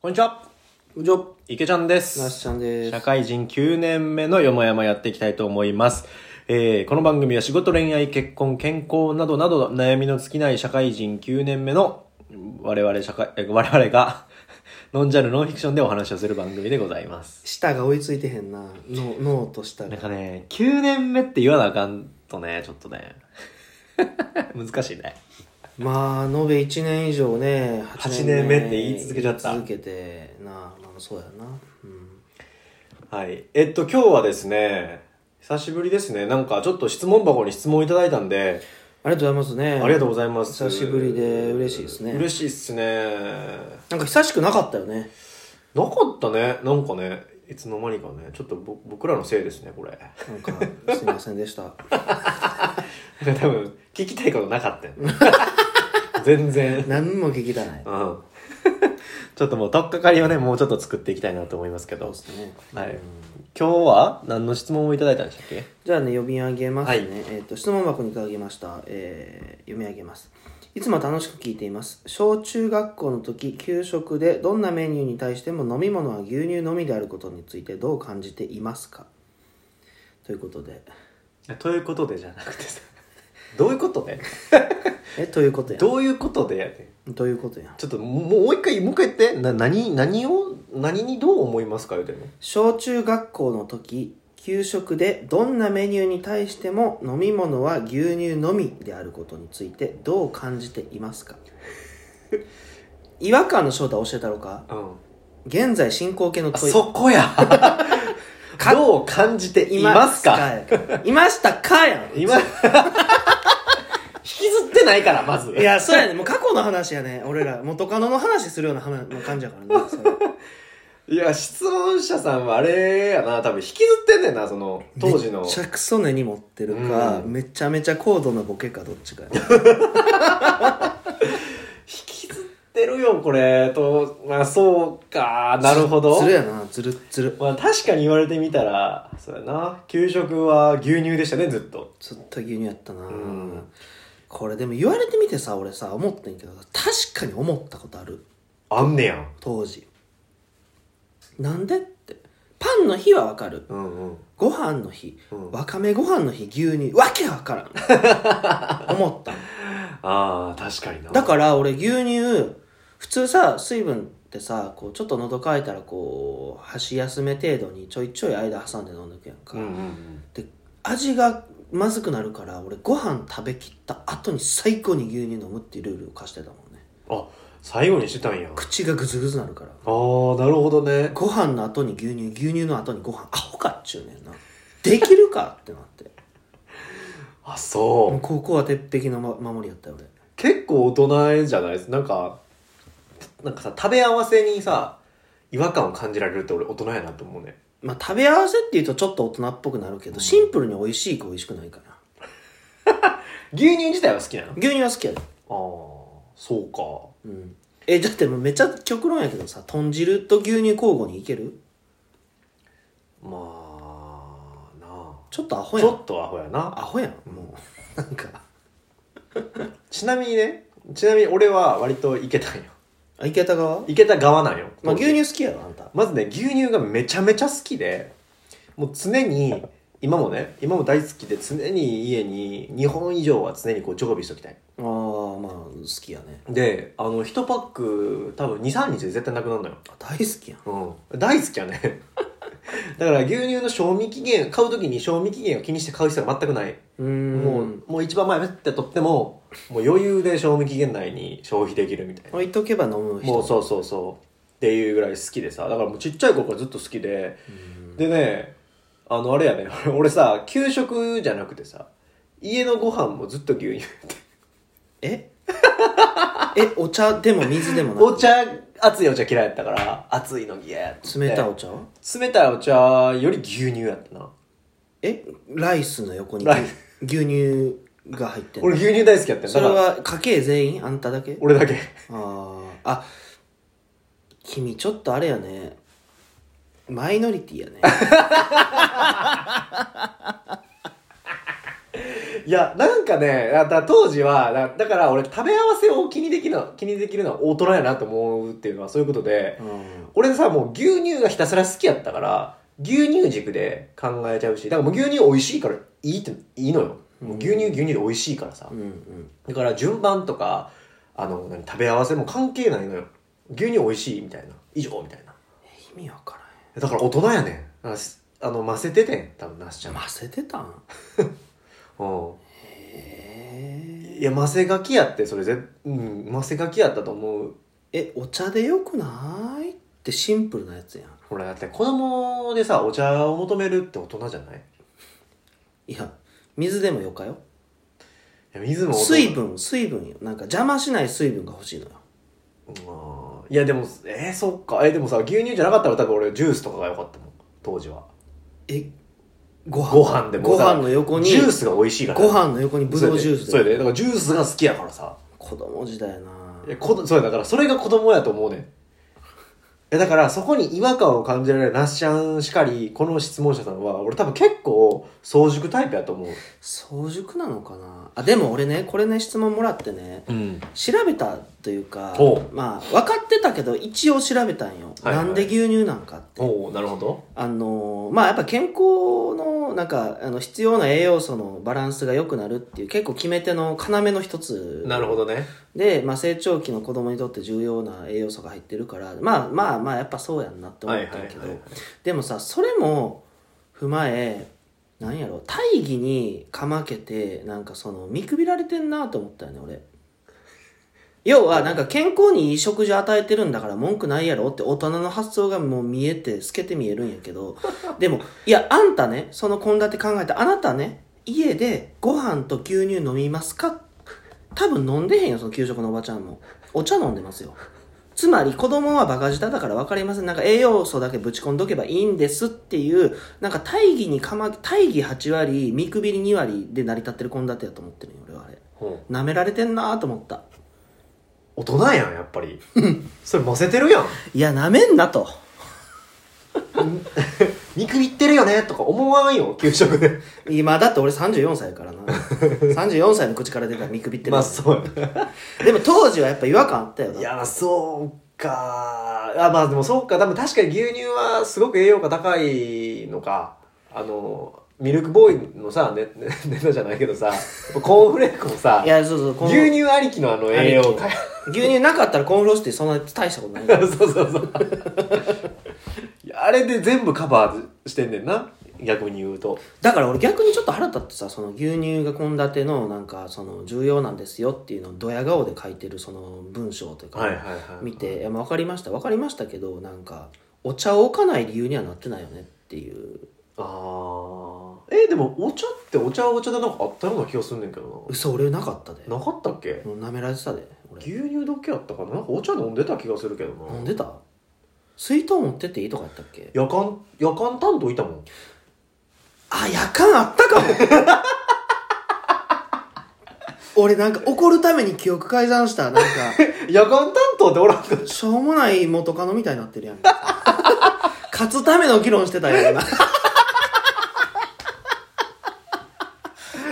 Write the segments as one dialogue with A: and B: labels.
A: こんにちは。
B: うじょ
A: 池ちゃんです。
B: なしちゃんです
A: 社会人9年目のよもやまやっていきたいと思います。えーこの番組は仕事、恋愛、結婚、健康などなど悩みの尽きない社会人9年目の我々社会、え我々が ノンジャンルノンフィクションでお話をする番組でございます。
B: 舌が追いついてへんなの脳と舌
A: なん
B: が
A: かね、9年目って言わなあかんとね、ちょっと ね。難しいね。
B: まあ延べ1年以上ね
A: 八年目って言い続けちゃった
B: 言い続けてなまあそうやなうん
A: はい。えっと、今日はですね、久しぶりですね。なんかちょっと質問箱に質問いただいたんで、
B: ありがとうございますね
A: ありがとうございます。
B: 久しぶりで嬉しいですね
A: 嬉しいっすね。
B: なんか久しくなかったよね
A: なかったね、なんかね、いつの間にかね、ちょっとぼ僕らのせいですね、これ。
B: なんかすいませんでした
A: 多分、聞きたいことなかったよ、ね。 全然。
B: 何も聞きたない
A: うん。 ちょっともう、とっかかりをね、もうちょっと作っていきたいなと思いますけ
B: そう
A: ど
B: で。すね
A: はい。今日は何の質問をいただいたんでしたっけ
B: じゃあね呼び上げますね、
A: はい
B: えっと質問箱にいただきました、えー読み上げますいつも楽しく聞いています小中学校の時給食でどんなメニューに対しても飲み物は牛乳のみであることについてどう感じていますかということで
A: ということでじゃなくてさ、どういうことで
B: えということや
A: どういうことでやねん
B: んということやん
A: ちょっともう一回、もう一回言って、な、何、何を、何にどう思いますか言うてんの
B: 小中学校の時給食でどんなメニューに対しても飲み物は牛乳のみであることについてどう感じていま すか違和感の正体教えたろうか
A: うん。
B: 現在進行形の
A: あ
B: 問い
A: そこや どう感じていますか
B: いますかいましたかや ん
A: 今引 きずってないからまず
B: いやそうやねもう過去の話やね俺ら元カノの話するような話の感じやからね それ
A: いや質問者さんはあれやな多分引きずってんねんなその当時の
B: めっちゃクソ根に持ってるか、
A: うん
B: めちゃめちゃ高度なボケかどっちかやね
A: きずってるよこれとまあそうかなるほど
B: ずるやなずるっずる
A: まあ確かに言われてみたらそうやな給食は牛乳でしたねずっと
B: ずっと牛乳やったな、
A: ん
B: これでも言われてみてさ俺さ思ってんけど確かに思ったことある
A: あんねやん
B: 当時なんでってパンの日はわかる
A: うんうん
B: ご飯の日、
A: うん
B: わかめご飯の日牛乳わけわ からん思ったの
A: ああ確かにな
B: だから俺牛乳普通さ水分ってさこうちょっと喉乾いたらこう箸休め程度にちょいちょい間挟んで飲んどくやんか、
A: うんうんうん
B: で味がまずくなるから俺ご飯食べきった後に最高に牛乳飲むっていうルールを課してたもんね
A: あ最後にしてたんやあ
B: 口がグズグズなるから
A: あーなるほどね
B: ご飯の後に牛乳牛乳の後にご飯アホかっちゅう ねんなできるかってなって
A: あそう
B: もう高校は鉄壁の、ま、守りやったよ俺
A: 結構大人じゃないですなんかなんかさ食べ合わせにさ違和感を感じられるって俺大人やなと思うね
B: まあ食べ合わせっていうとちょっと大人っぽくなるけど、シンプルに美味しいか美味しくないかな
A: 牛乳自体は好きなのあ
B: 牛乳は好きやで
A: あそうか
B: うんえだってもうめっちゃ極論やけどさ豚汁と牛乳交互にいける
A: まあな
B: ちょっとアホ
A: あち
B: や
A: ょ
B: ん
A: っとアホやな
B: アホやんもう なんか
A: ちなみにねちなみに俺は割といけたん よ
B: あ池田側
A: いけた側なんよ、
B: まあ牛乳好きやろあんた
A: まずね牛乳がめちゃめちゃ好きでもう常に今もね今も大好きで常に家に2本以上は常にこう常備しときたい
B: ああまあ好きやね
A: であの1パック多分23日で絶対なくなるのよ
B: あ大好きやん
A: うん、大好きやね だから牛乳の賞味期限買う時に賞味期限を気にして買う必要は全くない、
B: うーん
A: もうもう一番前って取ってももう余裕で賞味期限内に消費できるみたいな
B: 置いとけば飲む人
A: もうそうそうそうっていうぐらい好きでさだからもうちっちゃい頃からずっと好きででねあのあれやね 俺さ給食じゃなくてさ家のご飯もずっと牛乳
B: え えお茶でも水でもな
A: お茶熱いお茶嫌いやったから熱いの嫌やって
B: 冷たいお茶は
A: 冷たいお茶より牛乳やったな
B: えライスの横に
A: ライ
B: 牛乳が入ってんの
A: 俺牛乳大好きやったよ
B: そ
A: だ
B: れ
A: から
B: は家計全員あんただけ
A: 俺だけ
B: あーあ君ちょっとあれやね マイノリティやね
A: いや、なんかね、だだ当時はだ、だから俺食べ合わせを気にできるの、気にできるのは大人やなと思うっていうのはそういうことで、俺さ、もう牛乳がひたすら好きやったから、牛乳軸で考えちゃうし、だからもう牛乳美味しいからいいって、いいのよ。もう牛乳、牛乳で美味しいからさ
B: う。んうん
A: だから順番とか、あの、何食べ合わせも関係ないのよ。牛乳美味しいみたいな。以上みたいな。
B: 意味わから
A: だから大人やねん。だからあの、ませててん。多分、なしちゃ
B: へん
A: ん。
B: ませてたん
A: うん。
B: へ
A: いや、マセガキやって、それぜ、うん、マセガキやったと思う。
B: ええお茶でよくないってシンプルなやつやん
A: ほら、だって子供でさ、お茶を求めるって大人じゃないい
B: いや水でもよかよ
A: や、水も大人
B: 水。分水分よなんか邪魔しない水分が欲しいのよ
A: うんいや、でも、えーそっか。えでもさ、牛乳じゃなかったら多分俺、ジュースとかが良かったもん。当時は。
B: えご飯
A: ご飯でも
B: ご
A: さ
B: 飯の横に
A: ジュースが美味しいから。
B: ご飯の横にブドウジュース
A: そうやで。そうやでだからジュースが好きやからさ。
B: 子供時代やない
A: や、こ、そうやだから、それが子供やと思うねん。いや、だから、そこに違和感を感じられるナッシャンしかり、この質問者さんは、俺多分結構、早熟タイプやと思う。
B: 早熟なのかなあでも俺ねこれね質問もらってね
A: うん。
B: 調べたというか
A: ほう
B: まあ分かってたけど一応調べたんよ、
A: はいはい
B: なんで牛乳なんかって
A: おおなるほど。
B: あのーまあやっぱ健康のなんかあの必要な栄養素のバランスが良くなるっていう結構決め手の要の一つ
A: なるほどね。
B: で、まあ、成長期の子供にとって重要な栄養素が入ってるからまあまあまあやっぱそうやんなって思ったんやけど、
A: はいはいはいはい
B: でもさそれも踏まえなんやろ大義にかまけてなんかその見くびられてんなと思ったよね俺要はなんか健康にいい食事与えてるんだから文句ないやろって大人の発想がもう見えて透けて見えるんやけど でもいやあんたねその献立考えてあなたね家でご飯と牛乳飲みますか多分飲んでへんよその給食のおばちゃんもお茶飲んでますよつまり子供はバカ舌だから分かりませんなんか栄養素だけぶち込んどけばいいんですっていうなんか大義にかま大義8割見くびり2割で成り立ってる献立やと思ってるんよ俺はあれ
A: ほ
B: なめられてんなと思った
A: う大人やん、やっぱり。それ、混ぜてるやん。
B: いやなめんなと
A: 見くびってるよね、とか思わんよ、給食で。
B: 今だって俺34歳やからな34歳の口から出たら見くびってる、
A: まあ、そう
B: でも当時はやっぱ違和感あったよ
A: や。
B: ない
A: や、そうか。あ、まあ、でもそうか。多分確かに牛乳はすごく栄養価高いのか。あの、ミルクボーイのさ、ね、ね、ネタじゃないけどさ、コーンフレークもさ
B: い、やそうそうこの
A: 牛乳ありきのあの栄養価。
B: 牛乳なかったらコーンフロスティーそんな大したことない
A: そうそうそう。いやあれで全部カバーしてんねんな。逆に言うと。
B: だから俺逆にちょっと腹立ってさその牛乳が献立のなんかその重要なんですよっていうのをドヤ顔で書いてるその文章というか、
A: はいはいはい。
B: 見ていやまあ分かりました分かりましたけどなんかお茶を置かない理由にはなってないよねっていう
A: ああえでもお茶ってお茶はお茶でなんかあったような気がすんねんけど
B: 嘘俺なかったで
A: ななかったっけ
B: もう舐められてたで俺
A: 牛乳だけやったかななんかお茶飲んでた気がするけどな
B: 飲んでた水筒持ってっていいとかやったっけ
A: 夜間夜間担当いたもん
B: あ夜間あったかも 俺なんか怒るために記憶改ざんしたなんか
A: 夜間担当っておらんかった
B: しょうもない元カノみたいになってるやん 勝つための議論してたやんな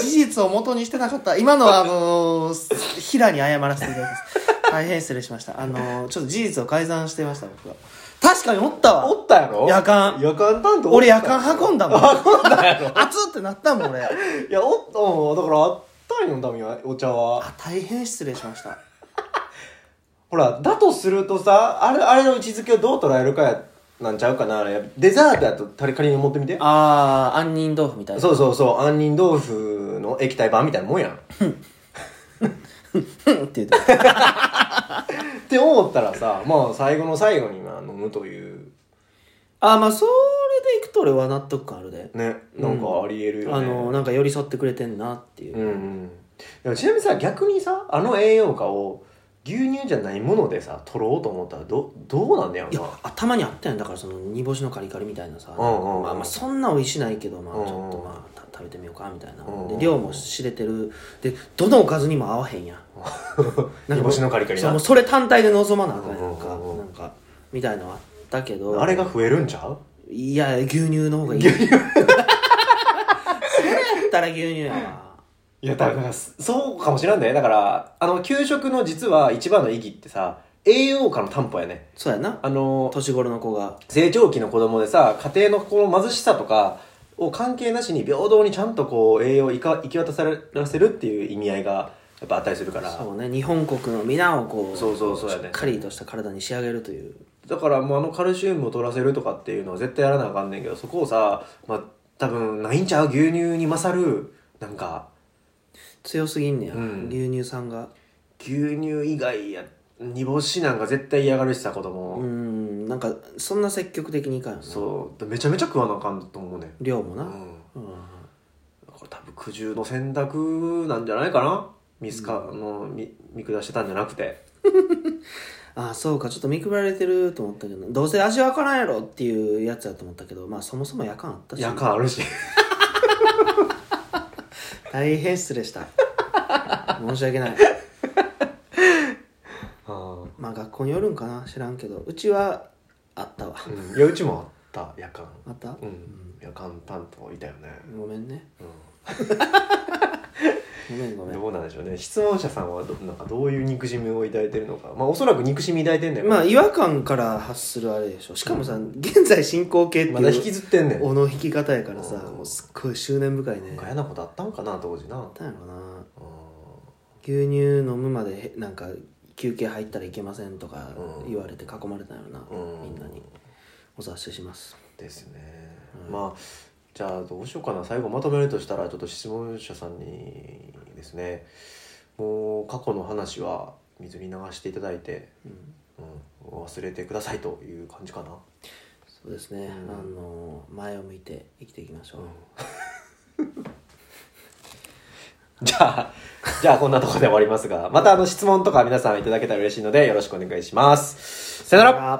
B: 事実を元にしてなかった今のはあのー、平に謝らせていただきます大変失礼しましたあのー、ちょっと事実を改ざんしてました僕は確かにおったわ
A: おったやろ
B: 夜間
A: 夜間担当
B: 俺
A: おっ
B: 夜
A: た
B: 間運んだもん運んだやろ熱ってなったもん俺
A: いやおったもんだからあったんよダミはお茶は
B: あ大変失礼しました
A: ほらだとするとさあれあれの位置づけをどう捉えるかやなんちゃうかなあれデザートやと仮仮に思ってみて
B: ああ杏仁豆腐みたいな
A: そうそうそう杏仁豆腐の液体版みたいなもんやん
B: ふんって言って
A: って思ったらさまあ最後の最後にまあ飲むという
B: ああまあそれでいくと俺は納得感あるで
A: ねなんかありえるよ
B: あ
A: ね、
B: のなんか寄り添ってくれてんなっていう、
A: うんうんでもちなみにさ逆にさあの栄養価を牛乳じゃないものでさ取ろうと思ったらどどうなんだよ
B: いや頭にあったやんだからその煮干しのカリカリみたいなさ、
A: うんうんうん
B: まあ、まあそんな美味しないけどまあ
A: うんうん
B: ちょっとまあた食べてみようかみたいな、
A: うんうん
B: で量も知れてるでどのおかずにも合わへんやん
A: な
B: な
A: 煮
B: んかも
A: 干
B: う
A: しのカリカリ
B: そう
A: な
B: もうそれ単体で望まなあかんやんか、
A: うんうんうん
B: なんかみたいのあったけど
A: あれが増えるんちゃう
B: いや牛乳の方がいい牛乳それやったら牛乳やわ
A: いや、だから、そうかもしれんね。だから、あの、給食の実は一番の意義ってさ、栄養価の担保やね。
B: そうやな
A: あの、
B: 年頃の子が
A: 成長期の子供でさ、家庭のこの貧しさとかを関係なしに平等にちゃんとこう、栄養をいか行き渡らせるっていう意味合いが、やっぱあったりするから。
B: そうね日本国の皆をこう
A: そうそうそうやね
B: しっかりとした体に仕上げるという
A: だからもうあのカルシウムを取らせるとかっていうのは絶対やらなあかんねんけどそこをさまあ多分ないんちゃう牛乳に勝るなんか
B: 強すぎんねや、
A: うん
B: 牛乳さんが
A: 牛乳以外や煮干しなんか絶対嫌がるしさ子供、
B: うんなんかそんな積極的にいかんよね
A: そうめちゃめちゃ食わなあかんと思うねん
B: 量もな、
A: うん
B: うん
A: これ多分苦渋の選択なんじゃないかな見すか、あの見見下してたんじゃなくて
B: ああそうかちょっと見くばられてると思ったけどどうせ味わからんやろっていうやつやと思ったけどまあそもそも夜間あったし
A: 夜間あるし
B: 大変失礼した申し訳ない
A: あ、
B: まあ学校によるんかな知らんけどうちはあったわ
A: うん、いやうちもあった夜間
B: あった
A: うん、夜間担当いたよね、
B: ごめんね
A: うん
B: ごめんごめん
A: どうなんでしょうね質問者さんはどなんかどういう憎しみを抱いてるのかまあおそらく憎しみ抱いてんねん
B: まあ違和感から発するあれでしょしかもさ現在進行形って
A: まだ引
B: い
A: き
B: う
A: ずってんねん
B: おの引き方やからさ
A: うん
B: もうすっごい執念深いね
A: なんか
B: あっ
A: 嫌なことあったんかな当時な
B: たんやろな
A: うん
B: 牛乳飲むまでへなんか休憩入ったらいけませんとか
A: うん
B: 言われて囲まれたんやろな、
A: うん
B: みんなにお察しします
A: ですね、まあじゃあどうしようかな最後まとめるとしたらちょっと質問者さんにですねもう過去の話は水に流していただいて、うん忘れてくださいという感じかな
B: そうですね、
A: うん
B: あの前を向いて生きていきましょう、
A: じゃあ、じゃあこんなところで終わりますが、またあの質問とか皆さんいただけたら嬉しいのでよろしくお願いします。さよなら
B: あ